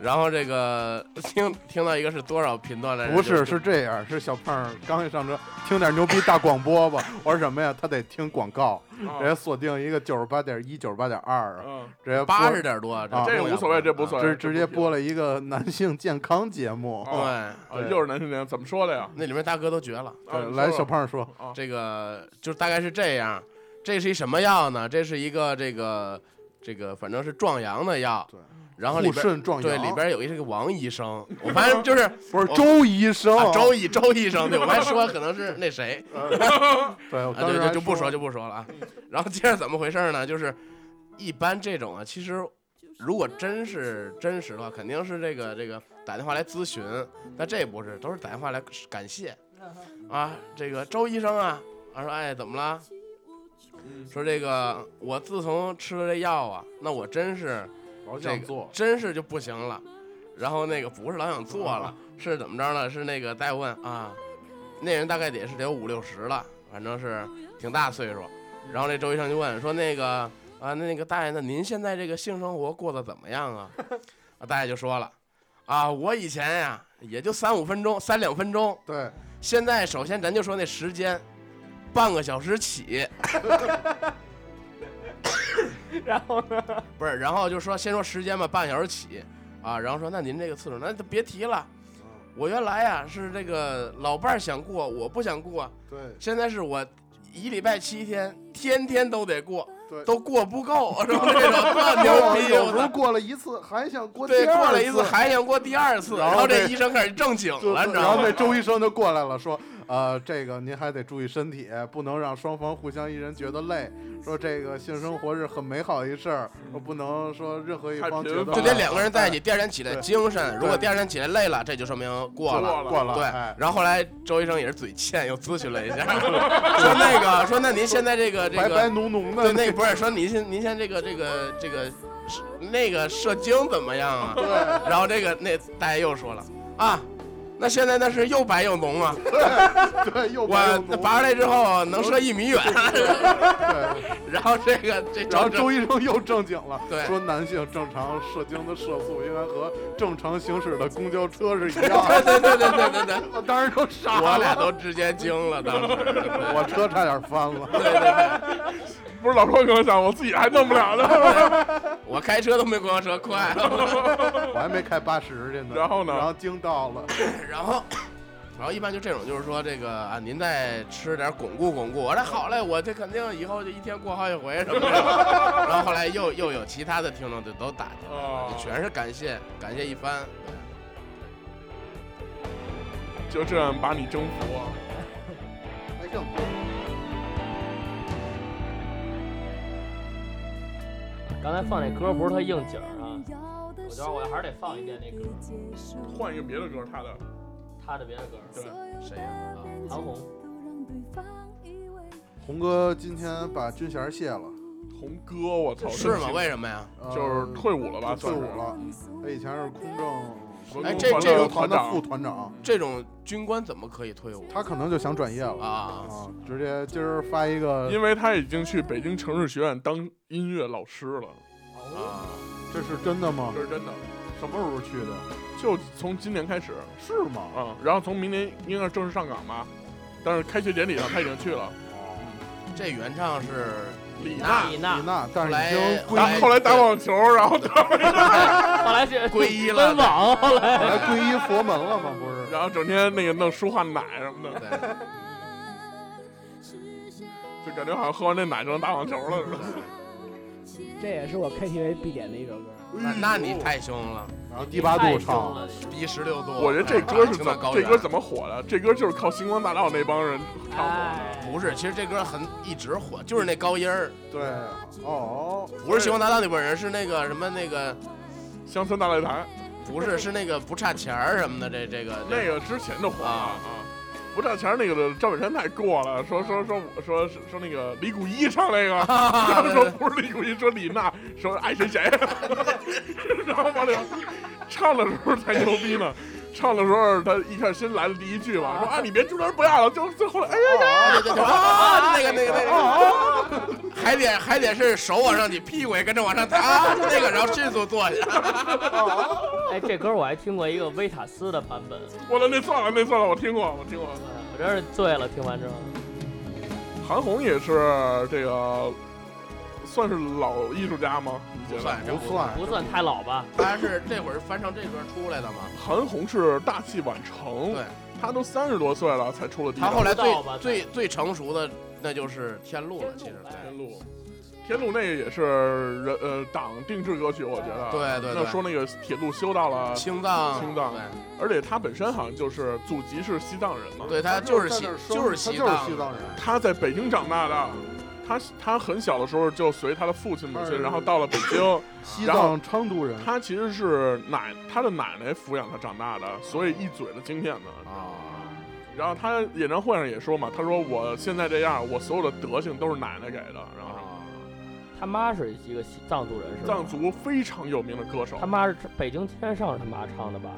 Speaker 2: 然后这个听听到一个是多少频段来着？
Speaker 3: 不，
Speaker 2: 就是
Speaker 3: 是这样，是小胖儿刚一上车，听点牛逼大广播吧。我说什么呀？他得听广告，
Speaker 1: 啊
Speaker 2: 哦
Speaker 3: 人家锁定一个九十八点一、九十八点二，啊
Speaker 1: 嗯，
Speaker 3: 直接播
Speaker 2: 八十，点多，
Speaker 3: 啊
Speaker 1: 这
Speaker 2: 重
Speaker 1: 个
Speaker 2: 要
Speaker 1: 无所谓，这无所
Speaker 2: 啊
Speaker 1: 谓，
Speaker 3: 直直接播了一个男性健康节目。
Speaker 2: 哦
Speaker 1: 啊
Speaker 2: 对，
Speaker 1: 啊，又是男青年，怎么说的呀？
Speaker 2: 那里面大哥都绝了。
Speaker 1: 啊
Speaker 3: 对，来，小，胖儿说，
Speaker 1: 啊
Speaker 2: 这个就大概是这样，这是一什么药呢？这是一个这个这个，反正是壮阳的药。
Speaker 3: 对，
Speaker 2: 然后里
Speaker 3: 护
Speaker 2: 边
Speaker 3: 肾壮阳，
Speaker 2: 对里边有一这个王医生，我发现就是
Speaker 3: 不是
Speaker 2: 我
Speaker 3: 周医生呃
Speaker 2: 啊，，周医周医生，对我还说可能是那谁，
Speaker 3: 对，我
Speaker 2: 啊，
Speaker 3: 当
Speaker 2: 对
Speaker 3: 时
Speaker 2: 对，
Speaker 3: 还
Speaker 2: 就不说
Speaker 3: 说
Speaker 2: 就不说了啊。然后接着怎么回事呢？就是一般这种啊，其实如果真是真实的话，肯定是这个这个打电话来咨询，但这不是，都是打电话来感谢啊。这个周医生啊，他说哎怎么了？说这个我自从吃了这药啊，那我真是
Speaker 3: 老
Speaker 2: 这
Speaker 3: 想
Speaker 2: 个
Speaker 3: 做，
Speaker 2: 真是就不行了。然后那个不是老想做 了，是怎么着呢？是那个大夫问啊，那人大概得是得有五六十了，反正是挺大岁数。然后那周医生就问说那个 啊，那那个大爷，那您现在这个性生活过得怎么样啊？啊，大爷就说了。啊，我以前呀、也就三五分钟、三两分钟，
Speaker 3: 对，
Speaker 2: 现在首先咱就说那时间，半个小时起，
Speaker 8: 然后呢？
Speaker 2: 不是，然后就说先说时间吧，半个小时起啊，然后说那您这个次数，那就别提了。我原来呀、是这个老伴儿想过，我不想过，
Speaker 3: 对
Speaker 2: 现在是我一礼拜七天，天天都得过，
Speaker 3: 对
Speaker 2: 都过不够， 是吧？这种特牛逼，
Speaker 3: 有
Speaker 2: 哎我
Speaker 3: 时候
Speaker 2: 操！
Speaker 3: 过了一次还想过第
Speaker 2: 对，过
Speaker 3: 二
Speaker 2: 了一次
Speaker 3: 次
Speaker 2: 还想过第二次，然
Speaker 3: 然后
Speaker 2: 后这
Speaker 3: 这
Speaker 2: 医生开始正经
Speaker 3: 就
Speaker 2: 了，你知
Speaker 3: 然
Speaker 2: 道
Speaker 3: 后
Speaker 2: 吗
Speaker 3: 那？周医生就过来了，说，呃，这个您还得注意身体，不能让双方互相一人觉得累。说这个性生活是很美好一事儿，说不能说任何一
Speaker 1: 太
Speaker 3: 方
Speaker 1: 频
Speaker 3: 觉得
Speaker 1: 繁
Speaker 2: 就
Speaker 1: 得
Speaker 2: 得两个人在一起，第二天起来
Speaker 3: 对
Speaker 2: 精神，如果
Speaker 3: 对
Speaker 2: 第二天起来累了，这就说明过了。
Speaker 1: 了
Speaker 3: 过了，
Speaker 2: 对
Speaker 3: 哎，
Speaker 2: 然后后来周医生也是嘴欠，又咨询了一下，说那个，说那您现在这个这
Speaker 3: 白白
Speaker 2: 个，
Speaker 3: 浓浓的，
Speaker 2: 对，那个不是说您现您现在这个这个这个是那个射精怎么样啊？然后这个那大爷又说了啊，那现在那是又白又浓啊，
Speaker 3: 对对，又
Speaker 2: 我
Speaker 3: 白又浓
Speaker 2: 拔出来之后能射一米远，
Speaker 3: 对，
Speaker 2: 然后这个这
Speaker 3: 然后
Speaker 2: 周
Speaker 3: 周医生又正经了，
Speaker 2: 对
Speaker 3: 说男性正常射精的射速应该和正常行驶的公交车是一样的。
Speaker 2: 对对对对对对，
Speaker 3: 我当时都傻
Speaker 2: 我俩
Speaker 1: 啊
Speaker 3: 了，
Speaker 2: 都直接惊了，当时。
Speaker 3: 我车差点翻了。
Speaker 2: 对对对，
Speaker 1: 不是老说跟我讲，我自己还弄不了呢。
Speaker 2: 我开车都没公交 车快。
Speaker 3: 我还没开八十去呢。
Speaker 1: 然后呢
Speaker 3: 然后惊到了，
Speaker 2: 然后，然后一般就这种，就是说这个啊，您再吃点巩固巩固。我说好嘞，我这肯定以后就一天过好几回什 么的。然后后来又又有其他的听众就都打进来，
Speaker 1: 啊
Speaker 2: 就，全是感谢感谢一番。
Speaker 1: 就这样把你征服啊。
Speaker 3: 还更
Speaker 4: 刚才放那歌不是特应景儿啊，
Speaker 7: 我
Speaker 4: 我觉得我还是得放一遍那歌，
Speaker 1: 换一个别的歌，他的
Speaker 4: 他的别的歌儿，
Speaker 1: 对
Speaker 2: 谁呀、啊？
Speaker 4: 韩红。
Speaker 3: 红哥今天把军衔卸了，
Speaker 1: 红歌，我操，
Speaker 2: 是吗？
Speaker 1: 真
Speaker 2: 为什么呀？
Speaker 3: 呃
Speaker 1: 就是退伍了吧
Speaker 3: 退
Speaker 1: 算是
Speaker 3: 伍了。他以前是空政
Speaker 1: 行
Speaker 2: 哎
Speaker 1: 文工
Speaker 2: 这
Speaker 1: 团
Speaker 2: 这
Speaker 1: 的
Speaker 2: 种
Speaker 3: 个
Speaker 1: 团
Speaker 3: 团的副
Speaker 1: 长，
Speaker 3: 团长，
Speaker 2: 这种军官怎么可以退伍
Speaker 3: 他可能就想转业了
Speaker 2: 啊？
Speaker 3: 啊，直接今儿发一个，
Speaker 1: 因为他已经去北京城市学院当音乐老师了，
Speaker 2: 啊，
Speaker 3: 这是真的吗
Speaker 1: 这？是真的，
Speaker 3: 什么时候去的？
Speaker 1: 就从今年开始，
Speaker 3: 是吗？
Speaker 1: 嗯，然后从明年应该是正式上岗吧，但是开学典礼上他已经去了，
Speaker 2: 这原唱是
Speaker 1: 李
Speaker 4: 娜，李
Speaker 3: 李
Speaker 4: 娜，
Speaker 3: 娜，但
Speaker 2: 后
Speaker 3: 是
Speaker 2: 来
Speaker 3: 已经
Speaker 2: 后
Speaker 3: 归
Speaker 1: 打
Speaker 2: 来
Speaker 1: 后来打网球，然后
Speaker 4: 后来是
Speaker 2: 皈依了
Speaker 4: 温网，后来
Speaker 3: 后来皈依佛门了吗？不是
Speaker 1: 然后整天那个弄舒化奶什么的，
Speaker 2: 对。
Speaker 1: 就感觉好像喝完这奶就能打网球了似的。
Speaker 8: 这也是我 KTV 必点的一首歌。
Speaker 2: 那那你太凶了，
Speaker 3: 然后第八度唱，
Speaker 2: 逼十六度。啊
Speaker 1: 我觉得这歌是怎
Speaker 2: 青藏高
Speaker 1: 这
Speaker 2: 原
Speaker 1: 歌怎么火的？这歌就是靠星光大道那帮人唱
Speaker 2: 啊
Speaker 1: 火的。
Speaker 2: 不是？其实这歌很一直火，就是那高音儿，
Speaker 3: 对，哦，
Speaker 2: 不是《星光大道》那帮人，是那个什么那个，
Speaker 1: 乡村大擂台
Speaker 2: 不是是那个不差钱儿什么的。这这个
Speaker 1: 那个之前就火了
Speaker 2: 啊
Speaker 1: 啊。不差钱那个赵本山太过了，说说说我说说说那个李谷一唱那
Speaker 2: 啊
Speaker 1: 个， 他们说不是李谷一，说李娜，说爱谁谁， 然后完了唱的时候才牛逼呢，唱的时候他一开始先来了第一句嘛，说啊你别中间不要了，就最后来哎呀呀，
Speaker 2: 啊，对对对，啊，那个那个那个，还得还得是手往上举，屁股也跟着往上抬，啊，就那个，然后迅速坐下。
Speaker 4: 哎，这歌我还听过一个维塔斯的版本，
Speaker 1: 我的那算了那算了，我听过我听过，
Speaker 4: 我真是醉了，听完之后。
Speaker 1: 韩红也是这个算是老艺术家吗？你觉
Speaker 2: 不
Speaker 1: 得
Speaker 2: 算，这
Speaker 3: 不。算，
Speaker 4: 不算太老吧？
Speaker 2: 他是这会儿翻唱这歌出来的嘛？
Speaker 1: 韩红是大器晚成，
Speaker 2: 对，
Speaker 1: 她都三十多岁了才出了第一
Speaker 2: 他
Speaker 1: 张
Speaker 2: 后来
Speaker 4: 不到吧
Speaker 2: 最最最成熟的那就是《天路》了，其实。对
Speaker 1: 天路，天路那个也是人呃党定制歌曲，我觉得。
Speaker 2: 对对对
Speaker 1: 那说那个铁路修到了，
Speaker 2: 青藏，
Speaker 1: 青藏
Speaker 2: 对。
Speaker 1: 而且他本身好像就是祖籍是西藏人嘛。，
Speaker 2: 对他
Speaker 3: 他
Speaker 2: 就是
Speaker 3: 在
Speaker 2: 西
Speaker 3: 那儿生
Speaker 2: 就是
Speaker 3: 他
Speaker 2: 西
Speaker 3: 就是
Speaker 2: 藏
Speaker 3: 西藏人，
Speaker 1: 他在北京长大的，他他很小的时候就随他的父亲母
Speaker 3: 他
Speaker 2: 嗯
Speaker 1: 亲，
Speaker 3: 是
Speaker 1: 然后到了北京。
Speaker 3: 西
Speaker 1: 然后
Speaker 3: 藏昌都人，
Speaker 1: 他其实是奶他的奶奶抚养他长大的，所以一嘴的经验的。
Speaker 2: 啊，
Speaker 1: 然后他演唱会上也说嘛，他说我现在这样，我所有的德性都是奶奶给的。然后什
Speaker 2: 啊
Speaker 1: 么
Speaker 4: 他妈是一个西藏族人是吧？
Speaker 1: 藏，族非常有名的歌手，
Speaker 4: 他妈是北京金山上是他妈唱的吧？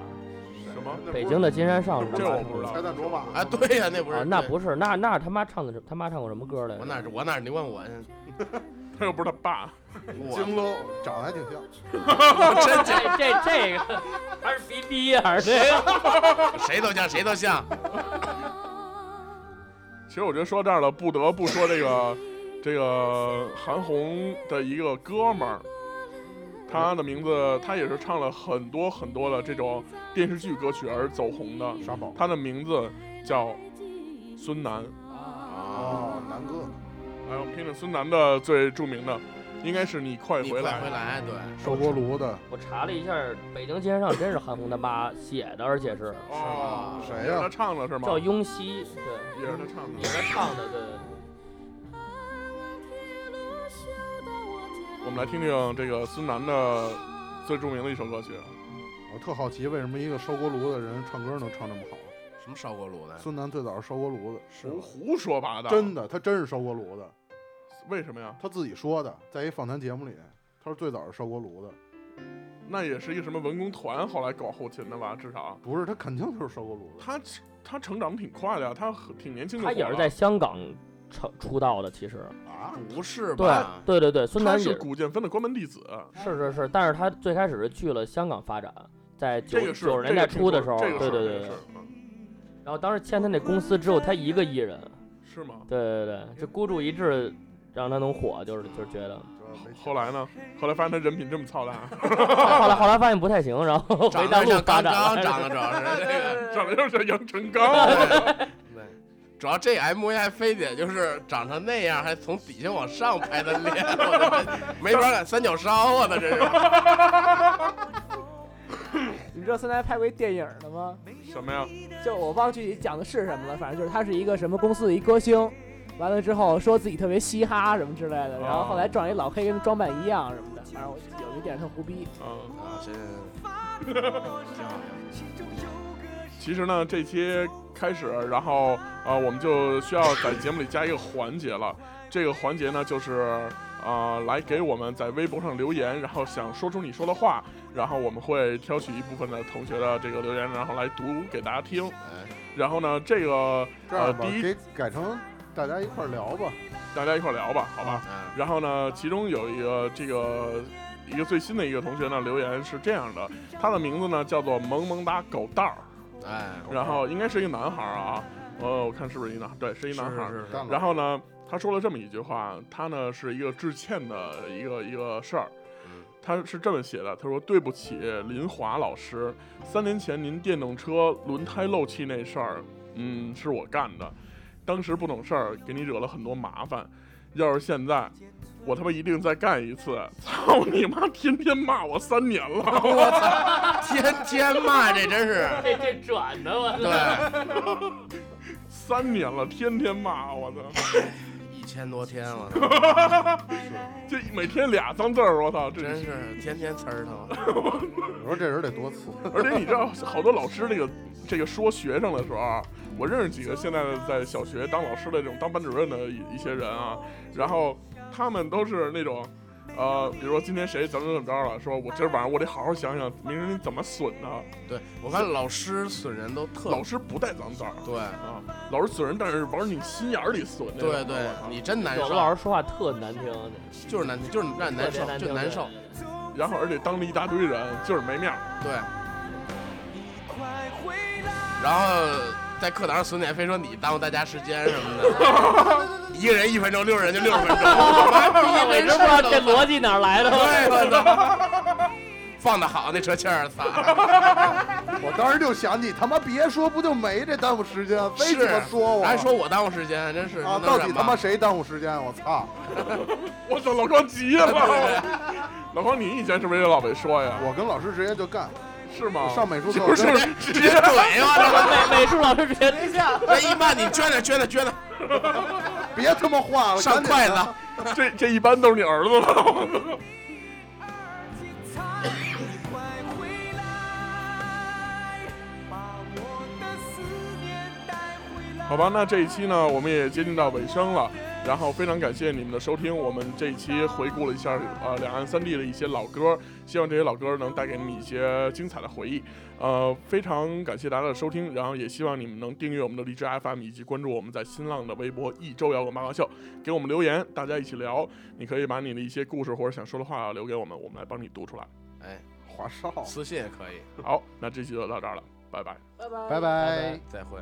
Speaker 1: 什么？
Speaker 4: 北京的金山上是他
Speaker 1: 这
Speaker 4: 妈
Speaker 1: 我
Speaker 4: 唱
Speaker 1: 不知
Speaker 4: 的。
Speaker 1: 道
Speaker 3: 彩。蛋卓玛
Speaker 2: 啊，对呀，那不是
Speaker 4: 啊，那
Speaker 2: 对
Speaker 4: 不是，那那他妈唱的什么？他妈唱过什么歌来
Speaker 2: 我
Speaker 4: 着？
Speaker 2: 哪我哪你问我？
Speaker 1: 他又不是他爸，
Speaker 2: 我
Speaker 3: 京东长得还挺像，
Speaker 2: 真
Speaker 4: 这哦这这个还是啊逼逼呀，这个
Speaker 2: 谁都像谁都 像，
Speaker 1: 其实我觉得说到这儿了，不得不说这个这个韩红的一个哥们儿，他的名字他也是唱了很多很多的这种电视剧歌曲而走红的，
Speaker 3: 傻宝。
Speaker 1: 他的名字叫孙楠。
Speaker 3: 哦，南哥，
Speaker 1: 哎，我们听听孙楠的最著名的，应该是你快
Speaker 2: 你
Speaker 1: 回
Speaker 2: 快
Speaker 1: 来。
Speaker 2: 回来，对，
Speaker 3: 烧锅炉的
Speaker 4: 我查了一下，《北京街上》真是韩红他妈写的，而且是
Speaker 1: 哦，
Speaker 3: 谁呀
Speaker 1: 也是他唱的是吗？
Speaker 4: 赵雍熙，对，
Speaker 1: 也是他唱
Speaker 4: 也
Speaker 1: 的。
Speaker 4: 是唱的，对，
Speaker 1: 我们来听听这个孙楠的最著名的一首歌曲。
Speaker 3: 我特好奇，为什么一个烧锅炉的人唱歌能唱这么好？
Speaker 2: 什么烧锅炉的？
Speaker 3: 孙楠最早是烧锅炉的，哎是啊
Speaker 1: 胡胡说八道，
Speaker 3: 真的，他真是烧锅炉的，
Speaker 1: 为什么呀？
Speaker 3: 他自己说的，在一访谈节目里，他说最早是烧锅炉的，
Speaker 1: 那也是一个什么文工团后来搞后勤的吧？至少
Speaker 3: 不是，他肯定就是烧锅炉的。
Speaker 1: 他他成长挺快的呀，他很挺年轻就
Speaker 4: 他
Speaker 1: 火啊
Speaker 4: 也是
Speaker 1: 了
Speaker 4: 在香港成出道的，其实，
Speaker 3: 啊，
Speaker 2: 不是
Speaker 4: 对
Speaker 2: 吧？
Speaker 4: 对对对，孙楠
Speaker 1: 他
Speaker 4: 也
Speaker 1: 是古建芬的关门弟子，
Speaker 4: 是是是，但是他最开始是去了香港发展，在
Speaker 1: 这
Speaker 4: 九
Speaker 1: 个是
Speaker 4: 九十年代
Speaker 1: 这个
Speaker 4: 初的时候，
Speaker 1: 这个
Speaker 4: 对
Speaker 1: 是
Speaker 4: 对
Speaker 1: 这
Speaker 4: 对
Speaker 1: 个
Speaker 4: 对
Speaker 1: 是，嗯
Speaker 4: 然后当时签他那公司只有他一个艺人，
Speaker 1: 是吗？
Speaker 4: 对对对，这孤注一掷让他能火，就是就是觉得，
Speaker 1: 后来呢？后来发现他人品这么操蛋，
Speaker 4: 后来后来发现不太行，然后回
Speaker 2: 长
Speaker 4: 大
Speaker 2: 得
Speaker 4: 陆
Speaker 2: 像
Speaker 4: 发
Speaker 2: 刚
Speaker 4: 展
Speaker 2: 刚
Speaker 4: 了
Speaker 2: 长
Speaker 1: 长得
Speaker 2: 得主要是 这个。
Speaker 1: 就是杨成刚。啊
Speaker 2: 对，主要这 MV 还非得就是长成那样，还从底下往上拍的脸，我 的没法敢三角烧啊，那这是。
Speaker 8: 你知道孙楠拍过一电影的吗？
Speaker 1: 什么呀？
Speaker 8: 就我忘具体讲的是什么了，反正就是他是一个什么公司的一歌星，完了之后说自己特别嘻哈什么之类的，然后后来撞一老黑跟装扮一样什么的，反正我有一点特胡逼。
Speaker 1: 嗯，
Speaker 2: 啊，这
Speaker 1: 其实呢，这期开始，然后呃，我们就需要在节目里加一个环节了。这个环节呢，就是呃，来给我们在微博上留言，然后想说出你说的话，然后我们会挑取一部分的同学的这个留言，然后来读给大家听。
Speaker 2: 哎
Speaker 1: 然后呢，这个
Speaker 3: 这样吧，
Speaker 1: 呃第一
Speaker 3: 给改成大家一块儿聊吧。
Speaker 1: 大家一块儿聊吧，好吧？
Speaker 2: 嗯，
Speaker 1: 然后呢，其中有一个这个一个最新的一个同学呢留言是这样的，他的名字呢叫做萌萌哒狗蛋儿，
Speaker 2: 哎，
Speaker 1: 然后应该是一个男孩儿啊，呃，我看是不是一男，对，是一男孩儿。
Speaker 2: 是
Speaker 3: 干了
Speaker 1: 然后呢，他说了这么一句话，他呢是一个致歉的一个一个事儿
Speaker 2: 嗯。
Speaker 1: 他是这么写的：“他说对不起，林华老师，三年前您电动车轮胎漏气那事儿，嗯，是我干的，当时不懂事儿，给你惹了很多麻烦。要是现在，我他妈一定再干一次！操你妈，天天骂我三年了。
Speaker 2: 我操，天天骂这真 是，
Speaker 4: 这这转的我
Speaker 2: 对，
Speaker 1: 三年了，天天骂我操！
Speaker 2: 一千多天我 操，
Speaker 1: 这每天俩脏字儿，我操！这
Speaker 2: 真是天天呲儿疼。
Speaker 3: 你说这人得多次，
Speaker 1: 而且你知道，好多老师这个这个说学生的时候啊，我认识几个现在在小学当老师的这种当班主任的一一些人啊，然后他们都是那种，呃，比如说今天谁怎么怎么着了，说我今儿晚上我得好好想想，明儿你怎么损呢？
Speaker 2: 对，我看老师损人都特
Speaker 1: 老师不带脏字儿
Speaker 2: 对
Speaker 1: 啊，老师损人，但是往你心眼儿里损那种。
Speaker 2: 对对
Speaker 1: 我，操
Speaker 2: 你真难
Speaker 4: 有的老
Speaker 2: 受，
Speaker 4: 师说话特难听，
Speaker 2: 就是难，就是让你难
Speaker 4: 特别
Speaker 2: 受，
Speaker 4: 听
Speaker 2: 就难受。。
Speaker 1: 然后而且当着一大堆人，就是没面儿。
Speaker 2: 对。然后在课堂上损点，非说你耽误大家时间什么的， 一个人一分钟，六个人就六十分钟，
Speaker 4: 我真不知道这逻辑哪儿来的。
Speaker 2: 对我操，放的好，那车气儿撒，
Speaker 3: 我当时就想你他妈别说，不就没这耽误时间， 啊非鸡巴
Speaker 2: 是啊
Speaker 3: 说我，
Speaker 2: 还说我耽误时间，真是
Speaker 3: 啊，
Speaker 2: 能
Speaker 3: 到
Speaker 2: 忍
Speaker 3: 底
Speaker 2: 吗
Speaker 3: 他妈谁耽误时间？我操！
Speaker 1: 我操，老高急了。老高，你以前是不是也老被说呀？
Speaker 3: 我跟老师直接就干，
Speaker 1: 是
Speaker 2: 哦
Speaker 1: 吗？
Speaker 3: 上美术课
Speaker 1: 不是
Speaker 3: 我
Speaker 1: 直
Speaker 2: 直接
Speaker 1: 接
Speaker 2: 怼我
Speaker 4: 美美术老师直接
Speaker 2: 这，那一般你撅着撅着撅着
Speaker 3: 别他妈画了，
Speaker 2: 上
Speaker 3: 赶紧
Speaker 2: 筷子，
Speaker 1: 这这一般都是你儿子了。好吧，那这一期呢，我们也接近到尾声了。然后非常感谢你们的收听，我们这一期回顾了一下呃两岸三地的一些老歌，希望这些老歌能带给你们一些精彩的回忆。呃，非常感谢大家的收听，然后也希望你们能订阅我们的荔枝 FM 以及关注我们在新浪的微博“一周摇滚八卦秀”，给我们留言，大家一起聊。你可以把你的一些故事或者想说的话留给我们，我们来帮你读出来。
Speaker 2: 哎，
Speaker 3: 华 少，
Speaker 2: 私信也可以。
Speaker 1: 好，那这期就到这儿了，拜拜。
Speaker 8: 拜拜
Speaker 3: 拜。拜
Speaker 2: 再会。